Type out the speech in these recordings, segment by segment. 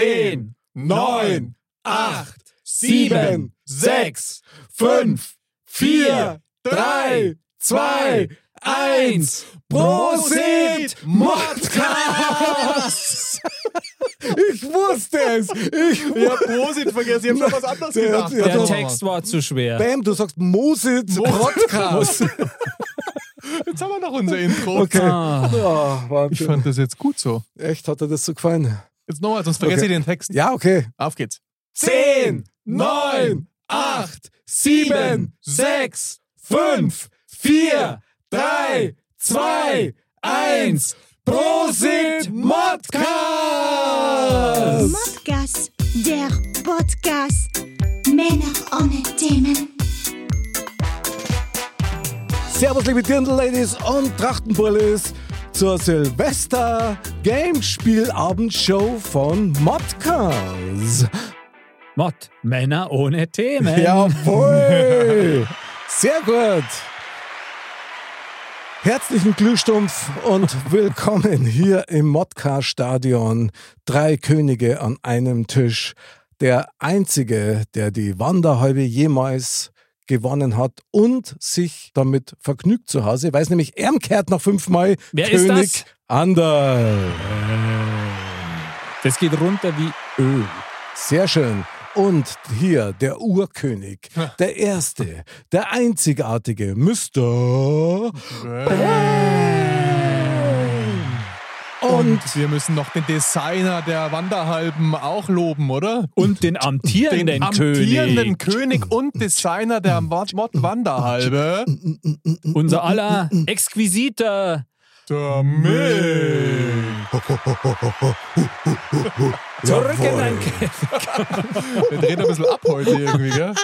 10, 9, 8, 7, 6, 5, 4, 3, 2, 1. Prosit Modcast! Ich wusste es! Ich Ich hab Prosit vergessen, ich hab schon was anderes Der hat- gedacht. der hat Der Also- Text war zu schwer. Bam, du sagst Mosit Podcast. Jetzt haben wir noch unser Intro. Okay. Ah. Ja, Wahnsinn. Ich fand das jetzt gut so. Echt, hat dir das so gefallen? Jetzt nochmal, sonst vergesse Okay. ich den Text. Ja, okay. Auf geht's. 10, 9, 8, 7, 6, 5, 4, 3, 2, 1. Prosit Modcast! Modcast, der Podcast. Männer ohne Themen. Servus, liebe Dirndl-Ladies und Trachtenbullis zur silvester Gamespielabendshow von Modcast. Mod, Männer ohne Themen. Jawohl! Sehr gut! Herzlichen Glühstumpf und willkommen hier im Modcar-Stadion. Drei Könige an einem Tisch. Der einzige, der die Wanderhalbe jemals gewonnen hat und sich damit vergnügt zu Hause, weiß nämlich, er kehrt noch fünfmal Wer ist König das? Anderl. Das geht runter wie Öl. Sehr schön. Und hier der Urkönig, der erste, der einzigartige Mr. Und Und wir müssen noch den Designer der Wanderhalben auch loben, oder? Und den amtierenden den amtierenden König, und Designer der Mod Mod Wanderhalbe. König. Unser aller exquisiter. Der Mick. Zurück in Jawohl. dein Käfig. Wir drehen ein bisschen ab heute irgendwie, gell?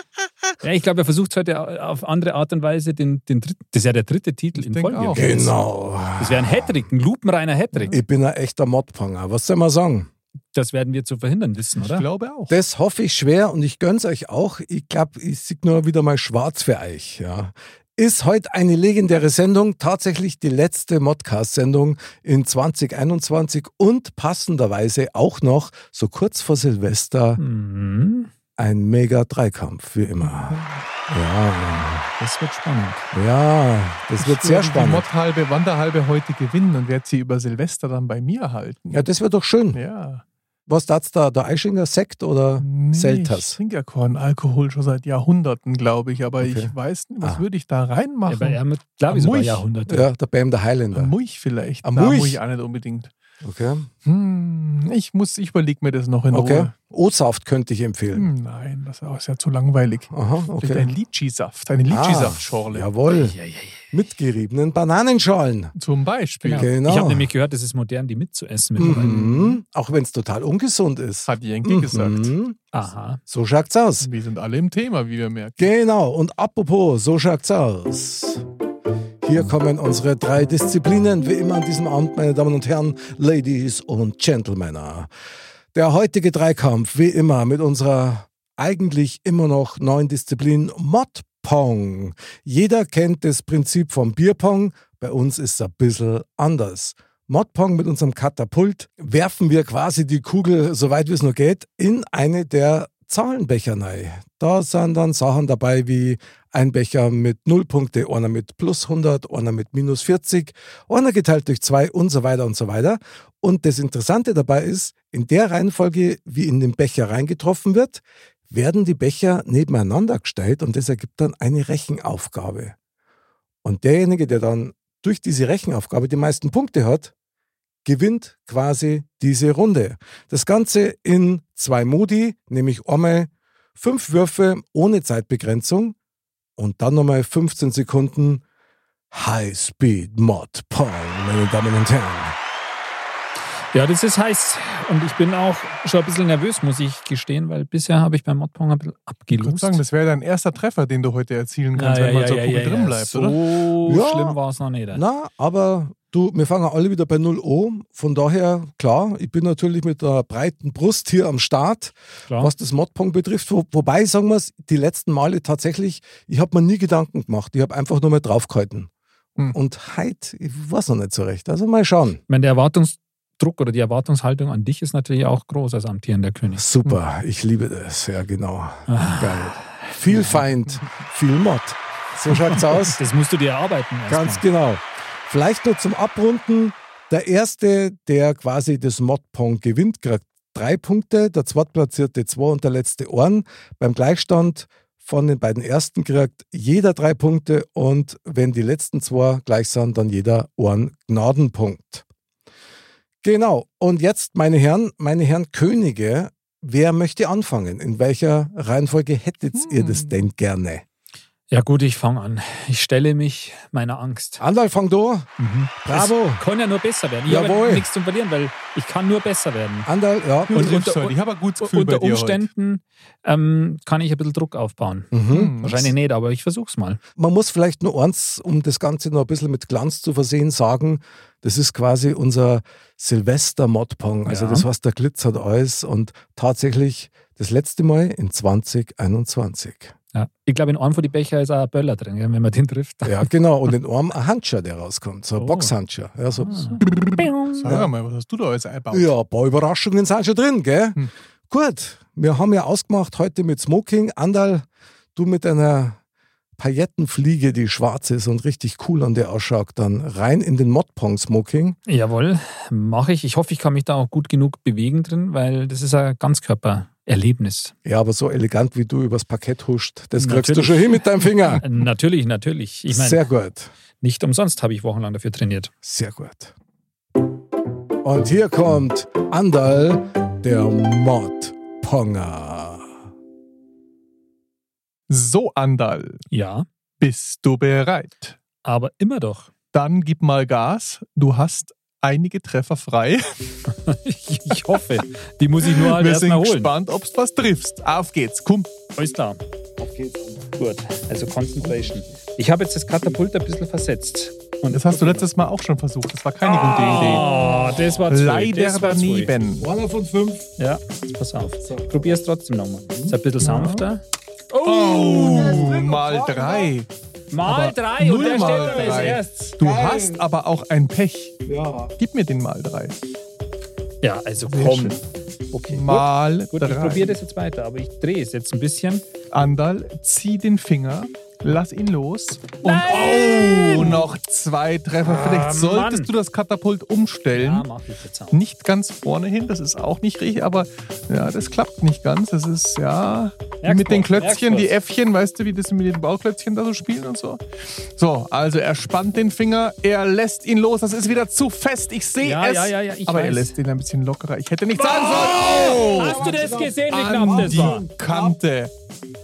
Ja, ich glaube, er versucht heute auf andere Art und Weise den, den dritten. Das ist ja der dritte Titel in denk Folge. auch. genau. Das wäre ein Hattrick, ein lupenreiner Hattrick. Ich bin ein echter Modpanger. Was soll man sagen? Das werden wir zu verhindern wissen, Ich oder? glaube auch. Das hoffe ich schwer und ich gönn's euch auch. Ich glaube, ich sieg nur wieder mal schwarz für euch. Ja. Ist heute eine legendäre Sendung, tatsächlich die letzte Modcast-Sendung in 2021 und passenderweise auch noch so kurz vor Silvester Mhm. ein mega Dreikampf, wie immer. Ja, Das wird spannend. ja, das wird Ich sehr werde Die spannend. Modhalbe, Wanderhalbe heute gewinnen und werde sie über Silvester dann bei mir halten. Ja, das wäre doch schön. ja. Was tat's da? Der Eischinger Sekt oder Ich Selters? trinke ja keinen Alkohol schon seit Jahrhunderten, glaube ich, aber Okay. ich weiß nicht, was Ah. würde ich da Ja, aber reinmachen? er mit, glaube ich, sogar Mulch. Jahrhunderte. Ja, der Bam der Am Highlander. Mulch vielleicht. Am Na, Mulch? auch nicht unbedingt. Okay. Hm, ich muss, ich überlege mir das noch in Okay. Ruhe. O-Saft könnte ich empfehlen. Hm, nein, das ist ja zu langweilig. Aha, Vielleicht okay. Ah, Ein Litschiesaft, eine Litschisaftschorle. Jawohl. Ja, ja, ja. Mit geriebenen Bananenschalen. Zum Beispiel. Genau. Genau. Ich habe nämlich gehört, es ist modern, die mitzuessen mittlerweile. Mhm. Auch wenn es total ungesund ist. Hat Jenke gesagt. Mhm. Aha. So schaut's aus. Wir sind alle im Thema, wie wir merken. Genau. Und apropos, so schaut's aus. Hier kommen unsere drei Disziplinen, wie immer an diesem Abend, meine Damen und Herren, Ladies und Gentlemen. Der heutige Dreikampf, wie immer, mit unserer eigentlich immer noch neuen Disziplin Modpong. Jeder kennt das Prinzip vom Bierpong, bei uns ist es ein bisschen anders. Modpong mit unserem Katapult werfen wir quasi die Kugel, soweit wie es nur geht, in eine der Zahlenbecher rein. Da sind dann Sachen dabei wie ein Becher mit 0 Punkte, einer mit plus 100, einer mit minus 40, einer geteilt durch 2 und so weiter und so weiter. Und das Interessante dabei ist, in der Reihenfolge, wie in den Becher reingetroffen wird, werden die Becher nebeneinander gestellt und das ergibt dann eine Rechenaufgabe. Und derjenige, der dann durch diese Rechenaufgabe die meisten Punkte hat, gewinnt quasi diese Runde. Das Ganze in zwei Modi, nämlich einmal fünf Würfe ohne Zeitbegrenzung und dann nochmal 15 Sekunden High Speed Mod Pong, meine Damen und Herren. Ja, das ist heiß. Und ich bin auch schon ein bisschen nervös, muss ich gestehen, weil bisher habe ich beim Modpong ein bisschen Ich würde abgelust. sagen, das wäre dein erster Treffer, den du heute erzielen Ah, kannst, wenn man so Kugel drin bleibt, so oder? Ja. schlimm war es noch nicht. Na, aber du, wir fangen alle wieder bei 0 O. Von daher, klar, ich bin natürlich mit der breiten Brust hier am Start, Klar. was das Modpong betrifft. Wo, wobei, sagen wir es, die letzten Male tatsächlich, ich habe mir nie Gedanken gemacht. Ich habe einfach nur mal draufgehalten. Hm. Und heute, ich weiß noch nicht so recht. Also mal schauen. Ich meine, der Erwartungs Druck oder die Erwartungshaltung an dich ist natürlich auch groß als amtierender König. Super, ich liebe das. Ja, genau. Geil. Viel Feind, viel Mord. So schaut's aus. Das musst du dir erarbeiten. erstmal. Ganz genau. Vielleicht nur zum Abrunden. Der Erste, der quasi das Modpong gewinnt, kriegt drei Punkte, der Zweitplatzierte zwei und der letzte Ohren. Beim Gleichstand von den beiden Ersten kriegt jeder drei Punkte und wenn die letzten zwei gleich sind, dann jeder Ohren Gnadenpunkt. Genau. Und jetzt, meine Herren, meine Herren Könige, wer möchte anfangen? In welcher Reihenfolge hättet ihr das denn gerne? Ja gut, ich fange an. Ich stelle mich meiner Angst. Ah, Andal, fang du. Mhm. Bravo. Es kann ja nur besser werden. Ich habe Jawohl. ja nichts zu verlieren, weil ich kann nur besser werden. Andal, ja. Du Und triffst unter- heute. ich habe ein gutes Gefühl Unter bei dir Umständen ähm, kann ich ein bisschen Druck aufbauen. Heute. Mhm. Hm, Wahrscheinlich nicht, aber ich versuch's mal. Man muss vielleicht nur eins, um das Ganze noch ein bisschen mit Glanz zu versehen, sagen, das ist quasi unser Silvester-Modpong. Also Ja. das heißt, der glitzert alles und tatsächlich das letzte Mal in 2021. Ja. Ich glaube, in einem von die Becher ist auch ein Böller drin, gell, wenn man den trifft. Ja, genau. Und in einem ein Handschuh, der rauskommt. So ein Oh. Ah. Boxhandschuh. Ja, so. Sag mal, was hast du da alles eingebaut? Ja, ein paar Überraschungen sind schon drin, gell? Hm. Gut, wir haben ja ausgemacht heute mit Smoking. Andal, du mit einer Paillettenfliege, die schwarz ist und richtig cool an der ausschaut, dann rein in den Modpong-Smoking. Jawohl, mache ich. Ich hoffe, ich kann mich da auch gut genug bewegen drin, weil das ist ein Ganzkörpererlebnis. Ja, aber so elegant, wie du übers Parkett huscht, das kriegst du Natürlich. schon hin mit deinem Finger. Natürlich, natürlich. Ich meine, Sehr gut, nicht umsonst habe ich wochenlang dafür trainiert. sehr gut. Und hier kommt Andal, der Modponger. So, Andal, Ja, bist du bereit? aber immer doch. Dann gib mal Gas. Du hast einige Treffer frei. Ich, ich hoffe, die muss ich nur halt Wir erst sind mal holen. gespannt, ob du was triffst. Auf geht's, komm. Alles klar. Auf geht's. Gut, also Concentration. Ich habe jetzt das Katapult ein bisschen versetzt. Und Das hast du letztes Mal auch schon versucht. Das war keine Oh, Ah, das war gute zu. Idee. Leider das war zu. daneben. Einer von fünf. Ja, jetzt pass auf. Ich probiere es trotzdem nochmal. Mhm. Ist ein bisschen sanfter. Oh, mal drei. Mal Aber drei und null der steht mal dann als drei. erstes. Du hast aber auch ein Pech. Gib mir den mal drei. Ja, also Sehr komm. schön. Okay, gut. Mal Gut, drei. ich probiere das jetzt weiter, aber ich drehe es jetzt ein bisschen. Andal, zieh den Finger, lass ihn los. Und Nein! Ah, oh, noch zwei Treffer. Vielleicht solltest Mann. du das Katapult umstellen. Ja, mach ich jetzt auch. Nicht ganz vorne hin, das ist auch nicht richtig, aber ja, das klappt nicht ganz. Das ist ja wie mit Merkst den du, Klötzchen, merkst die du's. Äffchen, weißt du, wie das mit den Bauklötzchen da so spielen und so. So, also er spannt den Finger, er lässt ihn los. Das ist wieder zu fest. Ich sehe Ja, es. ja, ja, ja, ich aber er weiß. lässt ihn ein bisschen lockerer. Ich hätte nichts sagen sollen. Hast du das gesehen, wie knapp An das war? die Kante.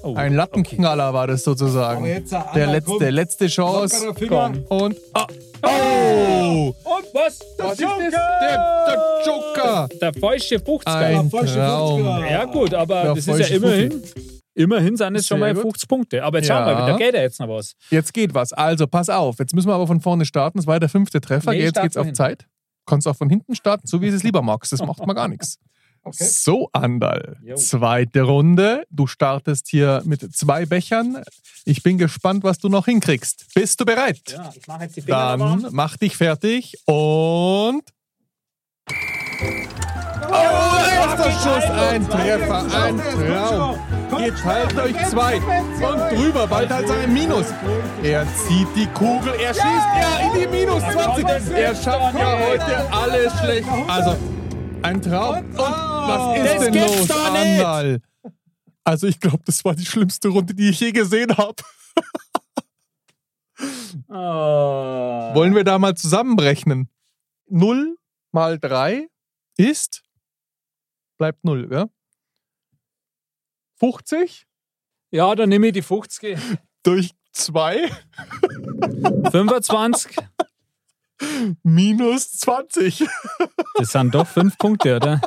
Oh, Ein Lattenknaller war das sozusagen. Aber jetzt, Anna, Der letzte, komm. letzte Chance. Lockerer Finger. Und. ah, Oh! Und was? Was ist das? Der, der Joker! Der falsche 50er. Ein falsche Traum. Ja, gut, aber Ja, das voll ist ja schön. immerhin. Immerhin sind es schon Sehr mal gut. 50 Punkte. Aber jetzt Ja. schauen wir, da geht ja jetzt noch was. Jetzt geht was. Also, pass auf. Jetzt müssen wir aber von vorne starten. Das war der fünfte Treffer. Nee, jetzt starten geht's auf hin. Zeit. Kannst auch von hinten starten, so wie es es lieber magst. Das macht mal gar nichts. So, Andal. Jo. Zweite Runde. Du startest hier mit zwei Bechern. Ich bin gespannt, was du noch hinkriegst. Bist du bereit? Ja, ich mache jetzt die Finger Dann warm. mach dich fertig und. Oh, erster Schuss, ein Treffer, ein Traum. Jetzt haltet euch zwei und drüber, bald halt sein Minus. Er zieht die Kugel, er schießt, ja, in die Minus 20. Er schafft ja heute alles schlecht. Also, ein Traum. Und was Das ist denn gibt's los, doch nicht. Andal? Also, ich glaube, das war die schlimmste Runde, die ich je gesehen habe. Oh. Wollen wir da mal zusammenrechnen? 0 mal 3 ist, bleibt 0, gell? 50 Ja, dann nehme ich die 50. durch 2 25. minus 20. Das sind doch 5 Punkte, oder?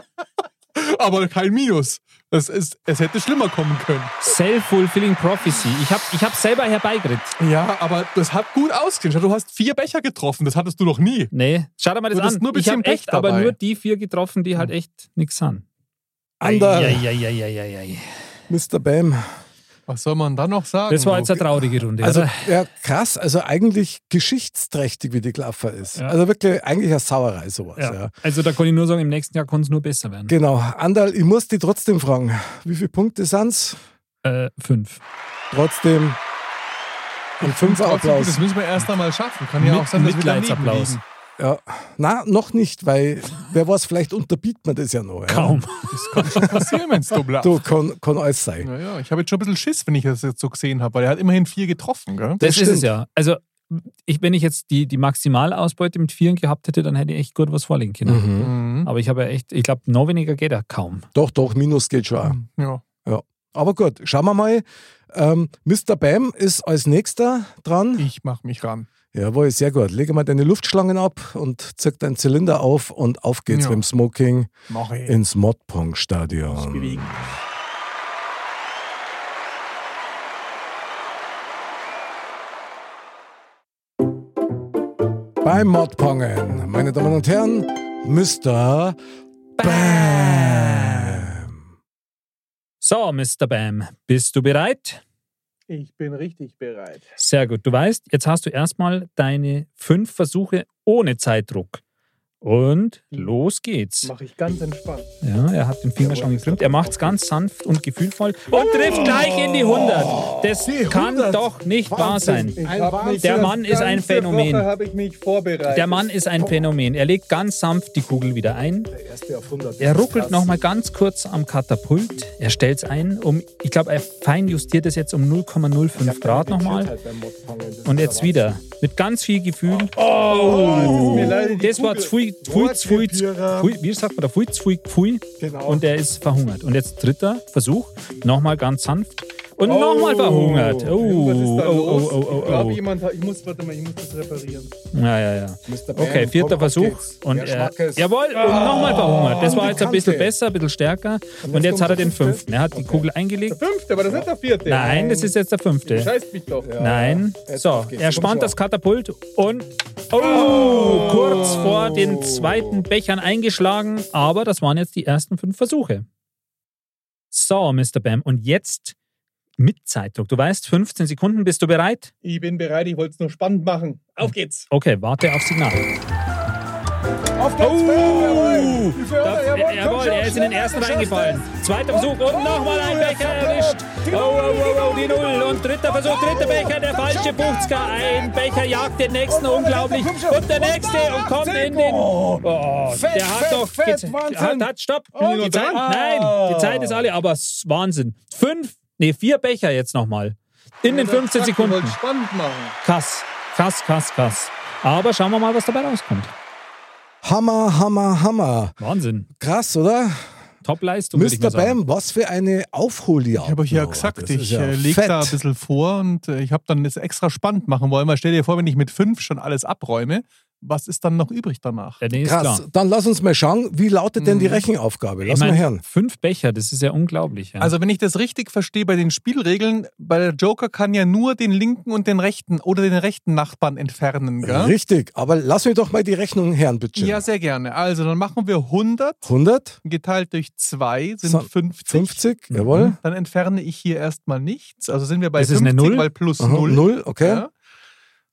Aber kein Minus. Das ist, es hätte schlimmer kommen können. Self-fulfilling prophecy. Ich habe ich hab selber herbeigeredet. Ja, aber das hat gut ausgesehen. Du hast vier Becher getroffen. Das hattest du noch nie. Nee, schau dir mal das Du hattest an. nur ein ich habe bisschen echt, Pech aber dabei. nur die vier getroffen, die halt echt nix haben. Ander, Eieieiei. Mr. Bam, Was soll man da noch sagen? Das war jetzt eine traurige Runde. Also, oder? ja, krass. Also eigentlich geschichtsträchtig, wie die Klaffer ist. Ja. Also wirklich, eigentlich eine Sauerei sowas. ja. Ja. also da kann ich nur sagen, im nächsten Jahr kann es nur besser werden. Genau. Andal, ich muss die trotzdem fragen. Wie viele Punkte sind's? Äh, fünf. Trotzdem Trotzdem, ein Das Fünfer-Applaus. müssen wir erst einmal schaffen. Kann ja Mit- auch sein, dass wir daneben Mitleidsapplaus. liegen. Ja. Na, noch nicht, weil wer weiß, vielleicht unterbiet man das ja noch. Ja. Kaum. Passieren, wenn's du bleibst. Du, kann, kann alles sein. Naja, ich habe jetzt schon ein bisschen Schiss, wenn ich das jetzt so gesehen habe, weil er hat immerhin vier getroffen, gell? Das, ist stimmt. es ja. Also, ich, wenn ich jetzt die, die Maximalausbeute mit Vieren gehabt hätte, dann hätte ich echt gut was vorlegen können. Mhm. Mhm. Aber ich habe ja echt, ich glaube, noch weniger geht er kaum. Doch, doch, Minus geht schon. auch. Ja. Aber gut, schauen wir mal. Ähm, Mr. Bam ist als nächster dran. Ich mache mich ran. Jawohl, sehr gut. Lege mal deine Luftschlangen ab und zirk deinen Zylinder auf und auf geht's Ja. mit dem Smoking Mach ich. ins Modpong-Stadion. Beim Modpongen, meine Damen und Herren, Mr. Bam. So, Mr. Bam, bist du bereit? Ich bin richtig bereit. Sehr gut. Du weißt, jetzt hast du erstmal deine fünf Versuche ohne Zeitdruck. Und los geht's. Mache ich ganz entspannt. Ja, er hat den Finger schon gekrimmt. Er macht's ganz sanft und gefühlvoll und trifft gleich in die Oh, 100. Das kann doch nicht wahr sein. Ein Wahnsinn. Der Mann ist ein Phänomen. habe ich mich vorbereitet. Der Mann ist ein Phänomen. Er legt ganz sanft die Kugel wieder ein. Er ruckelt nochmal ganz kurz am Katapult. Er stellt's ein um, ich glaube, er fein justiert es jetzt um 0,05 Grad nochmal. Und jetzt wieder. Mit ganz viel Gefühl. Oh! Das war zu viel, zu viel, zu viel, zu ähm, viel, wie sagt man da, viel, zu viel, zu viel. Genau. Und er ist verhungert. Und jetzt dritter Versuch. Nochmal ganz sanft. Und nochmal verhungert. Oh, oh, oh, oh, oh, oh. ich muss, warte mal, ich muss das reparieren. Ja, ja, ja. Mr. Bam, Okay, vierter komm, auf Versuch. geht's. Und Der er, Schmack ist- jawohl, und nochmal verhungert. Das war die jetzt ein bisschen Kante. besser, ein bisschen stärker. Und jetzt hat er den fünften. Er hat die Kugel eingelegt. Fünfte, aber das ist der vierte. Nein, das ist jetzt der fünfte. Scheiß mich doch. Nein. Jetzt So, auf geht's. er Komm schon. spannt das Katapult und. Oh, kurz vor den zweiten Bechern eingeschlagen. Aber das waren jetzt die ersten fünf Versuche. So, Mr. Bam, und jetzt mit Zeitdruck. Du weißt, 15 Sekunden, bist du bereit? Ich bin bereit, ich wollte es nur spannend machen. Auf geht's. Okay, warte auf Signal. Auf geht's. Oh! Da, jawohl, er ist in den ersten reingefallen. Zweiter Versuch und nochmal ein Becher erwischt. Oh, oh, oh, oh, die Null. Und dritter Versuch, dritter Becher, der falsche Buchzka. Ein Becher jagt den nächsten, unglaublich. Und der nächste und kommt in den. Oh, der hat doch. gez- Hat, hat, stopp. Oh, Die Zeit, Ah. nein, die Zeit ist alle, aber s- Wahnsinn. Fünf, nee, vier Becher jetzt nochmal. In den 15 Ich Sekunden. wollte spannend machen. Krass, krass, krass, krass. Aber schauen wir mal, was dabei rauskommt. Hammer, Hammer, Hammer. Wahnsinn. Krass, oder? Top-Leistung. würd ich mal Mr. sagen. Bam, was für eine Aufholjagd. Ich habe euch ja noch. Das gesagt, ist ich ja äh, leg fett. da ein bisschen vor und äh, ich habe dann das extra spannend machen wollen, weil stell dir vor, wenn ich mit fünf schon alles abräume, was ist dann noch übrig danach? Ja, nee, ist Krass, klar. Mhm. dann lass uns mal schauen, wie lautet denn die Rechenaufgabe? Lass Ich mein, mal hören. Fünf Becher, das ist ja unglaublich. Ja. Also wenn ich das richtig verstehe bei den Spielregeln, bei der Joker kann ja nur den linken und den rechten oder den rechten Nachbarn entfernen, gell? Richtig, aber lass mir doch mal die Rechnung hören, bitte. Ja, sehr gerne. Also dann machen wir 100 100, geteilt durch 2 sind So, 50. 50, Mhm. jawohl. Dann entferne ich hier erstmal nichts. Also sind wir bei Ist es 50, eine Null? weil plus Aha, 0. 0, okay, Ja.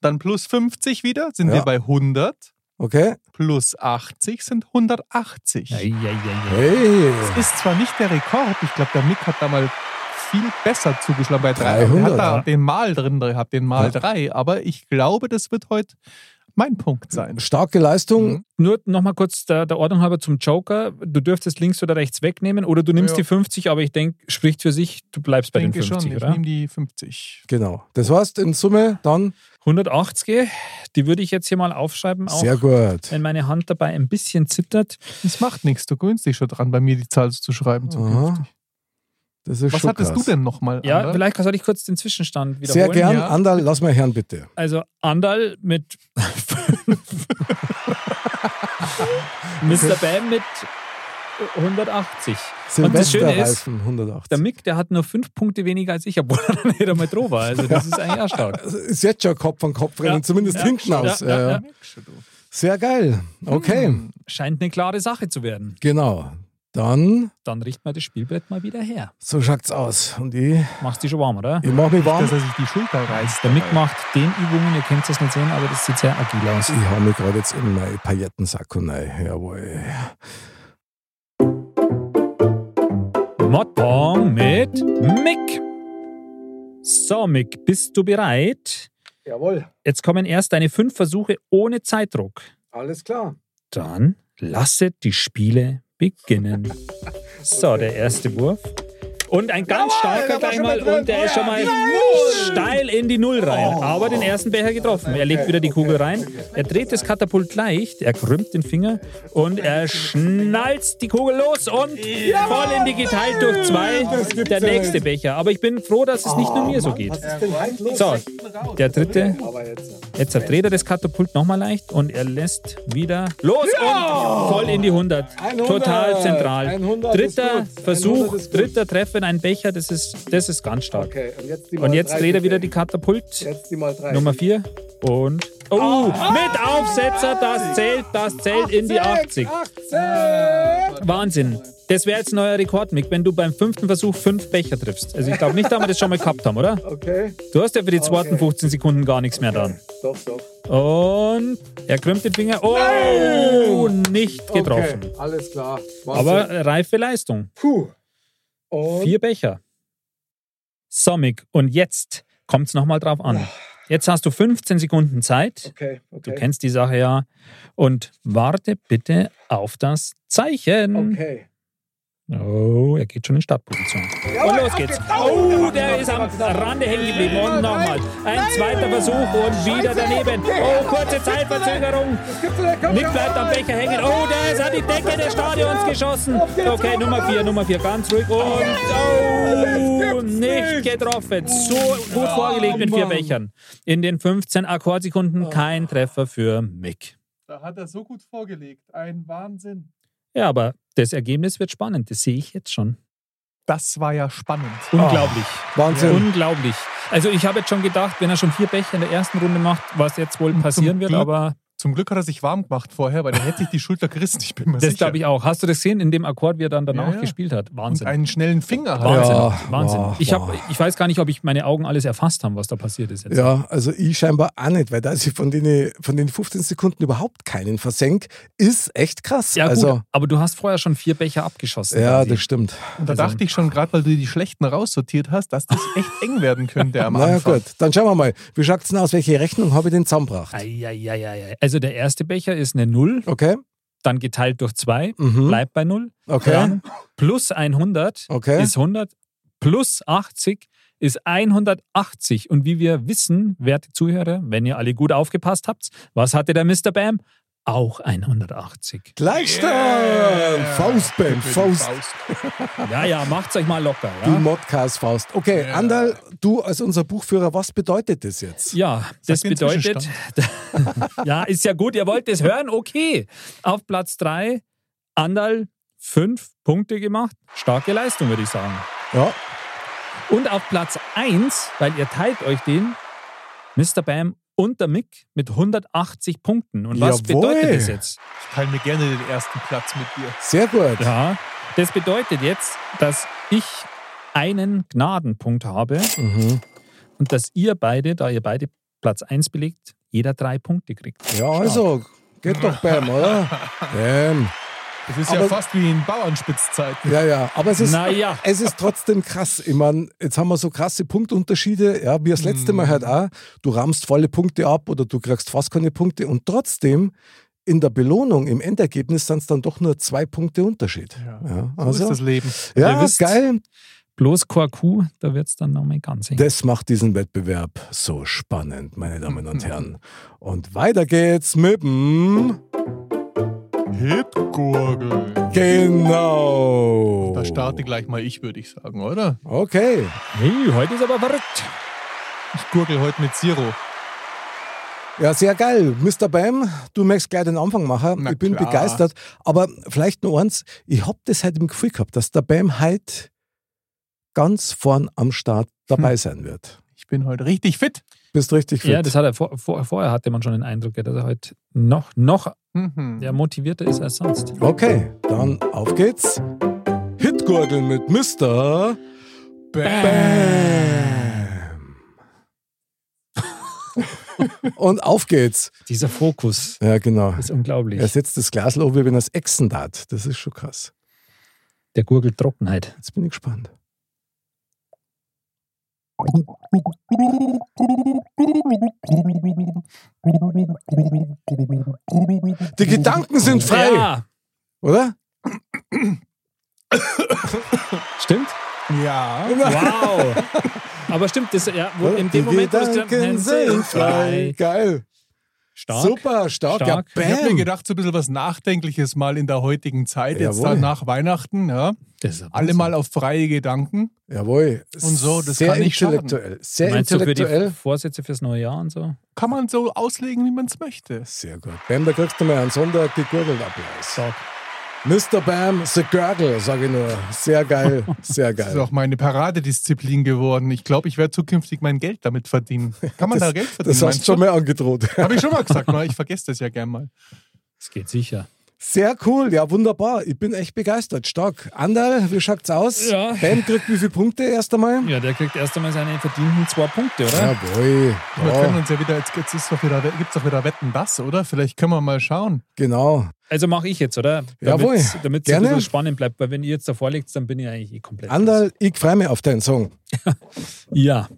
Dann plus 50 wieder sind Ja. wir bei 100. okay. Plus 80 sind 180. Ei, ei, ei, ei. Hey, Ist zwar nicht der Rekord. Ich glaube, der Mick hat da mal viel besser zugeschlagen bei 300. 300, Er hat da ja. den Mal drin gehabt, den Mal Ja. 3. Aber ich glaube, das wird heute mein Punkt sein. starke Leistung. Mhm. Nur nochmal kurz der, der Ordnung halber zum Joker. Du dürftest links oder rechts wegnehmen oder du nimmst Ja. die 50, aber ich denke, spricht für sich, du bleibst bei denke den 50, schon, ich oder? nehme die 50. Genau. Das heißt, in Summe dann 180, die würde ich jetzt hier mal aufschreiben, auch sehr gut. wenn meine Hand dabei ein bisschen zittert. Das macht nichts. Du gewöhnst dich schon dran, bei mir die Zahl zu schreiben. Aha. zukünftig. Das ist Was schon hattest krass. du denn nochmal? Ja, Ander? vielleicht soll ich kurz den Zwischenstand wiederholen. Sehr gern, ja. Andal, lass mal hören, bitte. Also Andal mit Mr. Bam mit 180. Und das Schöne ist, Silvesterreifen 180. der Mick, der hat nur fünf Punkte weniger als ich, obwohl er nicht einmal drauf war. Also das ist eigentlich auch stark. Also ist jetzt schon Kopf an Kopf rennen, Ja. zumindest Ja. hinten Ja, aus. ja, Äh, ja. Mhm. Merkst du, Hm, du. Sehr geil. Okay, Scheint eine klare Sache zu werden. genau. Dann, Dann richten wir das Spielbrett mal wieder her. so schaut's aus. Und ich, Machst dich schon warm, oder? ich mach mich warm. dass er sich die Schulter reißt. Der Mick macht den Übungen, ihr könnt das nicht sehen, aber das sieht sehr agil aus. Ich hau mich gerade jetzt in mein Paillettensack rein. Jawohl. Motbang mit Mick. So, Mick, bist du bereit? Jawohl, Jetzt kommen erst deine fünf Versuche ohne Zeitdruck. alles klar. Dann lasset die Spiele beginnen. So, der erste Wurf. Und ein ganz starker da war gleich schon mal mal drin. und der ist schon mal steil in die Null rein. Oh. Aber den ersten Becher getroffen. Er legt wieder die Kugel rein. Er dreht das Katapult leicht, er krümmt den Finger und er schnallt die Kugel los und voll in die geteilt durch zwei. Der nächste Becher. Aber ich bin froh, dass es nicht nur mir Oh, so geht. So, der dritte. Jetzt dreht er das Katapult nochmal leicht und er lässt wieder los und voll in die 100. 100. Total zentral. 100 ist dritter gut. 100 Versuch, ist gut. dritter Treffer in einen Becher, das ist, das ist ganz stark. Okay, und jetzt, die Und jetzt dreht er wieder die Karte. Katapult. Jetzt die mal drei. Ah! Nummer 4 und. Oh, mit Aufsetzer, das zählt, das zählt in die 80. 18! Wahnsinn. Das wäre jetzt ein neuer Rekord, Mick, wenn du beim fünften Versuch fünf Becher triffst. Also ich glaube nicht, dass wir das schon mal gehabt haben, oder? Okay, Du hast ja für die zweiten Okay. 15 Sekunden gar nichts mehr dran. doch, doch. Und er krümmt den Finger. Oh, nicht getroffen. Okay, alles klar. Wahnsinn. Aber reife Leistung. Puh. Und Vier Becher. Sommig. Und jetzt kommt es nochmal drauf an. Jetzt hast du 15 Sekunden Zeit. Ah. Okay, okay. Du kennst die Sache ja. Und warte bitte auf das Zeichen. Okay. Oh, er geht schon in Startposition. Und los geht's. Oh, der ist am Rande hängen geblieben. Und nochmal. Ein zweiter Versuch und wieder daneben. Oh, kurze Zeitverzögerung. Nick bleibt am Becher hängen. Oh, der ist an die Decke des Stadions geschossen. Okay, Nummer 4, Nummer 4, ganz ruhig. Und oh, nicht getroffen. So gut vorgelegt mit vier Bechern. In den 15 Akkordsekunden kein Treffer für Mick. Da hat er so gut vorgelegt. Ein Wahnsinn. Ja, aber das Ergebnis wird spannend. Das sehe ich jetzt schon. Das war ja spannend. Unglaublich. Wahnsinn. Unglaublich. Also ich habe jetzt schon gedacht, wenn er schon vier Becher in der ersten Runde macht, was jetzt wohl passieren wird, Glück aber Zum Glück hat er sich warm gemacht vorher, weil dann hätte ich die Schulter gerissen. Ich bin mir das sicher. glaube ich auch. Hast du das gesehen, in dem Akkord, wie er dann danach ja. gespielt hat? Und Wahnsinn. einen schnellen Finger hat. Wahnsinn, Ja, Wahnsinn. wow, ich, hab, wow. ich weiß gar nicht, ob ich meine Augen alles erfasst haben, was da passiert ist jetzt. Ja, also ich scheinbar auch nicht, weil dass ich von den, von den 15 Sekunden überhaupt keinen versenk, ist echt krass. Ja, gut, also, aber du hast vorher schon vier Becher abgeschossen. ja, quasi. das stimmt. Und da dachte ich schon, gerade weil du die schlechten raussortiert hast, dass das echt eng werden könnte am Na ja, Anfang. gut. Dann schauen wir mal. Wie schaut's denn aus? Welche Rechnung habe ich denn zusammengebracht? Eieieiei. Also der erste Becher ist eine Null, Okay, dann geteilt durch zwei, Mhm. bleibt bei Null. okay, Dann plus 100 okay. ist 100, plus 80 ist 180. Und wie wir wissen, werte Zuhörer, wenn ihr alle gut aufgepasst habt, was hatte der Mr. Bam? Auch 180. Gleichstand! Faustbam, Faust. Ja, ja, macht's euch mal locker. Du Ja, Modcast Faust. Okay, Andal, du als unser Buchführer, was bedeutet das jetzt? ja das mir den bedeutet. ja, ist ja gut, ihr wollt es hören, okay. Auf Platz 3, Andal, 5 Punkte gemacht. Starke Leistung, würde ich sagen. Ja, Und auf Platz 1, weil ihr teilt euch den, Mr. Bam und der Mick mit 180 Punkten. Und was Jawohl. bedeutet das jetzt? Ich teile mir gerne den ersten Platz mit dir. sehr gut. Ja, das bedeutet jetzt, dass ich einen Gnadenpunkt habe Mhm. und dass ihr beide, da ihr beide Platz 1 belegt, jeder drei Punkte kriegt. Ja, also, geht doch Bam, oder? Bam. Das ist Aber- ja fast wie in Bauernspitzzeiten. Ja, ja, aber es ist, Naja. es ist trotzdem krass. Ich meine, jetzt haben wir so krasse Punktunterschiede, ja, wie das letzte Mal halt auch. Du rammst volle Punkte ab oder du kriegst fast keine Punkte und trotzdem in der Belohnung, im Endergebnis sind es dann doch nur zwei Punkte Unterschied. Ja, So ist also, das Leben. ja Ihr wisst- geil. Bloß Korku, da wird es dann nochmal ganz eng. Das macht diesen Wettbewerb so spannend, meine Damen Mhm. und Herren. Und weiter geht's mit dem... Hipgurgel. Genau. Da starte gleich mal ich, würde ich sagen, oder? Okay. Hey, heute ist aber verrückt. Ich gurgel heute mit Zero. Ja, sehr geil. Mr. Bam, du möchtest gleich den Anfang machen. Na ich bin klar. begeistert. Aber vielleicht nur eins. Ich hab das halt im Gefühl gehabt, dass der Bam halt ganz vorn am Start dabei sein wird. Hm. Ich bin heute richtig fit. Bist richtig fit. Ja, das hat er vor, vor, vorher hatte man schon den Eindruck, dass er heute noch, noch Mhm. ja, motivierter ist als sonst. okay, dann auf geht's. Hitgurgel mit Mr. Bam. Und auf geht's. Dieser Fokus Ja, genau. ist unglaublich. Er setzt das Glas oben, wenn er es Echsen hat. Das ist schon krass. Der gurgelt Trockenheit. Jetzt bin ich gespannt. Die Gedanken sind frei, Ja, oder? stimmt. Ja. Wow. Aber stimmt, das, ja, wo, in dem Genau. Die Moment, wo du es gesagt Gedanken hast, sind frei. Geil. Stark. Super, stark. Stark. Ja, Ich habe mir bam. gedacht, so ein bisschen was Nachdenkliches mal in der heutigen Zeit, jetzt Jawohl. dann nach Weihnachten. Ja. Das ist aber Alle Wahnsinn. mal auf freie Gedanken. Jawohl. Und so, das Sehr kann nicht schaden. intellektuell. Sehr Meinst du für die intellektuell. Vorsätze fürs neue Jahr und so? Kann man so auslegen, wie man es möchte. Sehr gut. Bam, da kriegst du mal einen Sondergegurgelapplaus. Stark. Mr. Bam, the Gurgle, sage ich nur. Sehr geil, sehr Das ist geil. auch meine Paradedisziplin geworden. Ich glaube, ich werde zukünftig mein Geld damit verdienen. Kann man da Geld verdienen? Das hast du schon mal angedroht. Habe ich schon mal gesagt, ne? ich vergesse das ja gern mal. Das geht sicher. Sehr cool, ja wunderbar. Ich bin echt begeistert. Stark. Andal, wie schaut's aus? Ja. Bam kriegt wie viele Punkte erst einmal? Ja, der kriegt erst einmal seine verdienten zwei Punkte, oder? Jawohl. Wir können Ja, uns ja wieder, jetzt gibt es doch wieder, gibt's doch wieder Wetten, das, oder? Vielleicht können wir mal schauen. genau. Also mache ich jetzt, oder? Jawohl. Damit es ein Gerne. bisschen spannend bleibt, weil wenn ihr jetzt davor liegt, dann bin ich eigentlich eh komplett. raus. Andal, ich freue mich auf deinen Song. Ja.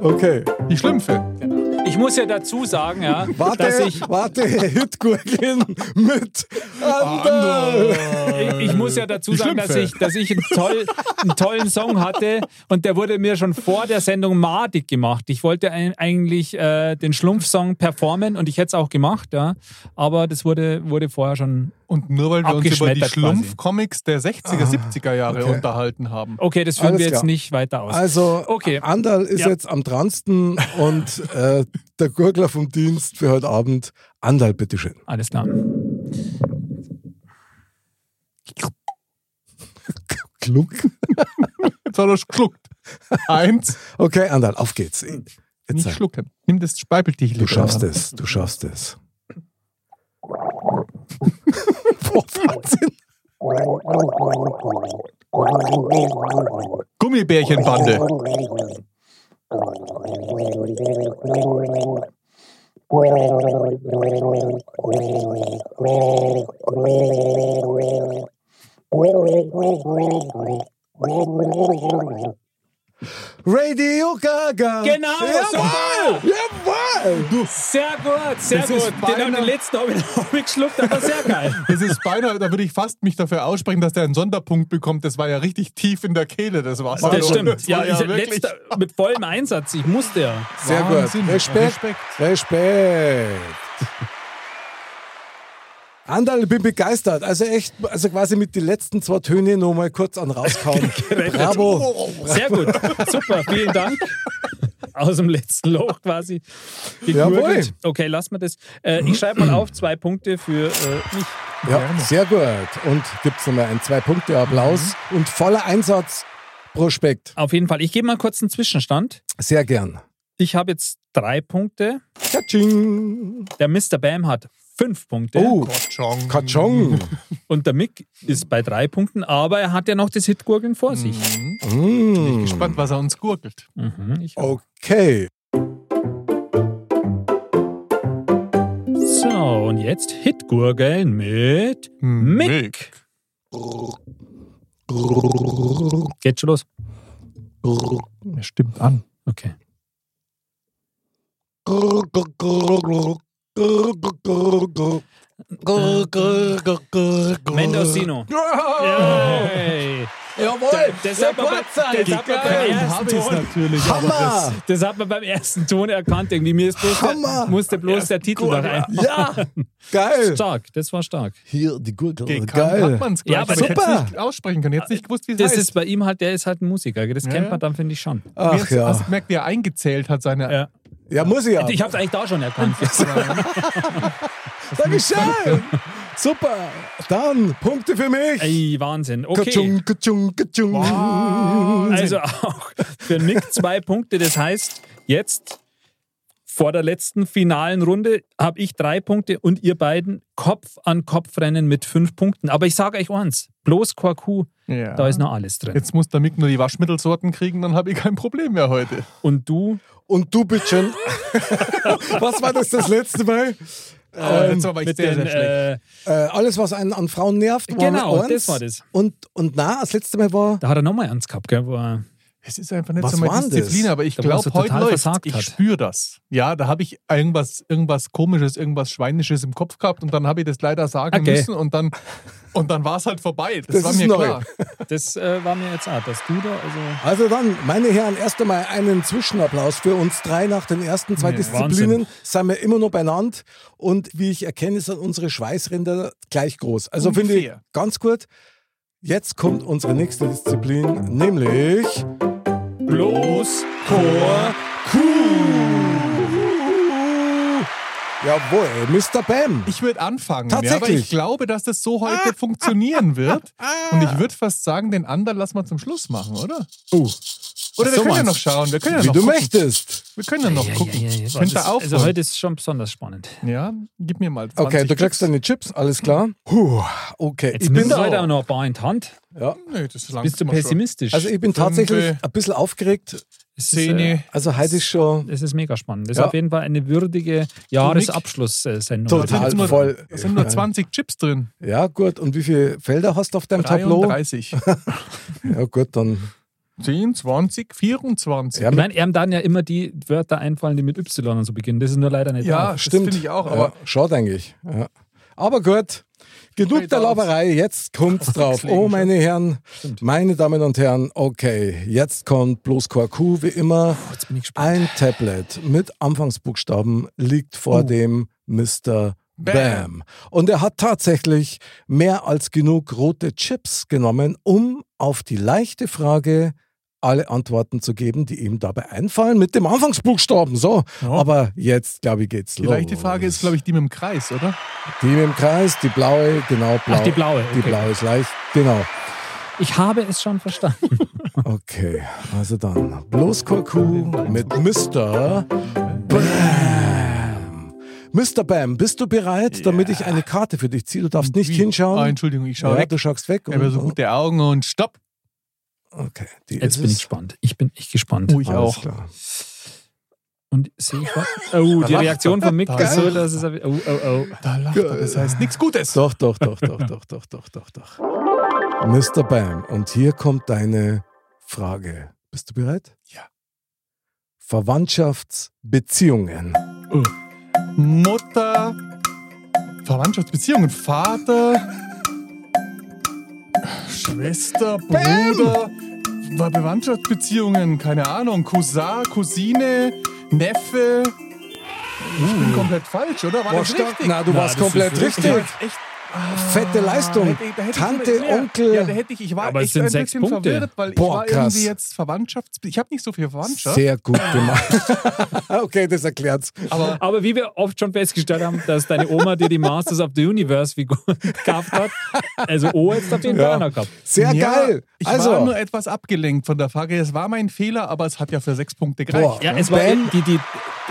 Okay. Die Schlümpfe. Ich muss ja dazu sagen, ja, dass Warte, ich, warte, Hitgurgeln mit Ah, Andal. ich, ich muss ja dazu sagen, dass ich, dass ich einen, toll, einen tollen Song hatte und der wurde mir schon vor der Sendung madig gemacht. Ich wollte ein, eigentlich äh, den Schlumpfsong performen und ich hätte es auch gemacht, ja. Aber das wurde, wurde vorher schon. Und nur weil wir uns über die Abgeschmettert quasi. Schlumpf-Comics der 60er, 70er Jahre Ah, okay. unterhalten haben. Okay, das führen Alles wir jetzt klar. nicht weiter aus. Also, Okay. Andal ist Ja. jetzt am dransten und äh, der Gurgler vom Dienst für heute Abend. Andal, bitteschön. Alles klar. Klunk. Jetzt hat er schluckt. Eins, Okay, Andal, auf geht's. Jetzt nicht sag, schlucken. Nimm das Speibeltichel. du schaffst es, du schaffst es. Boah, Wahnsinn. Oh. Gummibärchenbande. Radio Gaga. Genau! Jawohl! Jawohl! Du, Sehr gut, sehr Das ist gut. Den, beinahe- den letzten habe ich, hab ich geschluckt, aber sehr geil. Das ist beinahe, da würde ich fast mich dafür aussprechen, dass der einen Sonderpunkt bekommt. Das war ja richtig tief in der Kehle, das Wasser. Das stimmt. Also, Das war Ja, ja, ich- wirklich. letzter, mit vollem Einsatz. Ich musste ja. sehr Wahnsinn. gut. Respekt. Respekt. Respekt. Andal, ich bin begeistert. Also echt, also quasi mit den letzten zwei Töne nochmal kurz an rauskauen. Genau. Bravo. Sehr gut. Super, vielen Dank. Aus dem letzten Loch quasi. gegurgelt. Jawohl. Okay, lass mal das. Äh, ich schreibe mal auf, zwei Punkte für äh, mich. Ja, sehr gut. Und gibt's nochmal einen Zwei-Punkte-Applaus Mhm. und voller Einsatz. Prospekt. Auf jeden Fall. Ich gebe mal kurz einen Zwischenstand. Sehr gern. Ich habe jetzt drei Punkte. Katsching. Der Mr. Bam hat fünf Punkte. Oh, Kotschong. Katschong. Und der Mick ist bei drei Punkten, aber er hat ja noch das Hitgurgeln vor sich. Mm. Gespannt, was er uns gurgelt. Mhm, ich Okay. So, und jetzt Hitgurgeln mit Mick. Geht schon los. Er stimmt an. Okay. Äh, äh, Mendocino. Yay. Jawohl. Das hat man bei- das hat man beim ersten Habe ich Ton- natürlich. Hammer. das hat man beim ersten Ton erkannt. Irgendwie mir ist bloß Hammer. der, musste bloß der Titel da rein. Ja, geil. Stark, das war stark. Hier die Gurgel. Gekannt hat Geil. man es gleich, Ja, aber aber ich hätte super. es nicht aussprechen können. Jetzt nicht gewusst, wie es Das heißt. ist bei ihm halt, der ist halt ein Musiker. gell? Das Ja, kennt ja. man dann, finde ich, schon. Ach Jetzt ja. Hast merkt, wie er eingezählt hat seine. Ja. Ja, muss ich ja. Ich habe es eigentlich da schon erkannt. Dankeschön. Super. Dann Punkte für mich. Ey, Wahnsinn. Okay. Katschung, katschung, katschung. Also auch für Nick zwei Punkte. Das heißt, jetzt vor der letzten finalen Runde habe ich drei Punkte und ihr beiden Kopf an Kopf rennen mit fünf Punkten. Aber ich sage euch eins: bloß Quarku, Ja. da ist noch alles drin. Jetzt muss der Mick nur die Waschmittelsorten kriegen, dann habe ich kein Problem mehr heute. Und du, Und du bist schon. was war das das letzte Mal? Aber Äh, jetzt war ich Ähm, mit sehr, den, sehr schlecht. äh, Äh, alles, was einen an Frauen nervt, war Genau, mit uns. das war das. Und, und na, das letzte Mal war. da hat er nochmal eins gehabt, gell? Wo er, Es ist einfach nicht Was so meine war denn Disziplin, das? aber ich Da, wo er glaube, so heute total läuft's. versagt Ich halt. hat. spüre das. Ja, da habe ich irgendwas, irgendwas Komisches, irgendwas Schweinisches im Kopf gehabt und dann habe ich das leider sagen Okay. müssen und dann, und dann war es halt vorbei. Das, Das war ist mir neu. klar. das äh, war mir jetzt auch, dass du da, also Also dann, meine Herren, erst einmal einen Zwischenapplaus für uns drei nach den ersten zwei Disziplinen. Wahnsinn. Sind wir immer noch beieinander und wie ich erkenne, sind unsere Schweißränder gleich groß. Also finde ich Ungefähr. ganz gut. Jetzt kommt unsere nächste Disziplin, nämlich bloß Chor. jawohl, Mr. Bam. Ich würde anfangen, ja, aber Tatsächlich? Ah. ich glaube, dass das so heute funktionieren wird. Und ich würde fast sagen, den anderen lassen wir zum Schluss machen, oder? Oh, Oder wir können So ja noch meinst schauen. Wir können ja wie noch du gucken. möchtest. Wir können ja noch gucken. Ja, ja, ja. Könnt ihr Das- aufholen. Also heute ist schon besonders spannend. ja, gib mir mal 20 Okay, du Tipps. kriegst deine Chips, alles klar. Puh, okay, Jetzt ich bin nimmst du da. heute auch noch ein paar in die Hand. Nee, das langt Bist du mal schon. pessimistisch? Also ich bin Fünfe. tatsächlich ein bisschen aufgeregt. Es ist, Szene. Also heute ist schon Äh, es ist mega spannend. Das Ja. ist auf jeden Fall eine würdige Jahresabschlusssendung. Also, Da sind total jetzt nur- voll. Da sind nur 20 Chips drin. Ja, gut. Und wie viele Felder hast du auf deinem Tableau? 33. Ja, gut, dann 10, 20, 24. Ja, Ich meine, ihm dann ja immer die Wörter einfallen, die mit Y und so beginnen. Das ist nur leider nicht Ja, drauf. das stimmt. finde ich auch. Ja, Aber schaut eigentlich. Ja. Aber gut, genug Okay, der dauert's. Lauberei, jetzt kommt's drauf. legen Oh, schon. meine Herren, meine Damen und Herren, okay, jetzt kommt bloß Quarku, wie immer. Oh, Jetzt bin ich gespannt. Ein Tablet mit Anfangsbuchstaben liegt Oh. vor dem Mr. Bam. Und er hat tatsächlich mehr als genug rote Chips genommen, um auf die leichte Frage alle Antworten zu geben, die ihm dabei einfallen, mit dem Anfangsbuchstaben. So, Ja. aber jetzt, glaube ich, geht's die los. leichte Frage ist, glaube ich, die mit dem Kreis, oder? Die mit dem Kreis, die blaue, genau blau. Ach, die blaue, Die okay. blaue ist leicht, genau. Ich habe es schon verstanden. Okay, also dann. Bloß Kurku mit Mr. Bam. Mr. Bam, bist du bereit, damit ich eine Karte für dich ziehe? Du darfst nicht Wie? hinschauen. Ah, Entschuldigung, ich schaue ja, weg. du schaust weg. Ich habe so gute Augen und stopp. okay, die Jetzt ist bin ich es. gespannt. Ich bin echt gespannt. Oh, ich Alles auch. Klar. Und sehe ich was? Oh, die lacht Reaktion er. von Mick Da ist so, lacht dass es. Oh, oh, oh. Da lacht er. Das heißt nichts Gutes. Doch, doch, doch, doch, doch, doch, doch, doch, doch. Mr. Bam, und hier kommt deine Frage. Bist du bereit? Ja. Verwandtschaftsbeziehungen. Mutter, Verwandtschaftsbeziehungen, Vater, Schwester, Bruder, Ver- Verwandtschaftsbeziehungen, keine Ahnung, Cousin, Cousine, Neffe. Ich bin komplett falsch, oder? War Uh. Boah, das stark. richtig? Na, du Na, warst das ist komplett richtig. richtig. Ich war jetzt echt, ah, Fette Leistung. hätte ich- da hätte ich Tante, schon mehr. Onkel. Ja, da hätte ich, ich war Aber es echt sind ein sechs bisschen Punkte. verwirrt, weil Boah, ich war krass. irgendwie jetzt Verwandtschafts... Ich habe nicht so viel Verwandtschaft, Sehr gut gemacht. okay, das erklärt's. aber Aber wie wir oft schon festgestellt haben, dass deine Oma dir die Masters of the Universe-Figur gekauft hat. Also, O jetzt auf jeden Fall Ja. einer gehabt. Sehr Ja, geil. Ich war Also, nur etwas abgelenkt von der Frage. Es war mein Fehler, aber es hat ja für sechs Punkte Boah. gereicht. Ja, es war, Ben- die, die,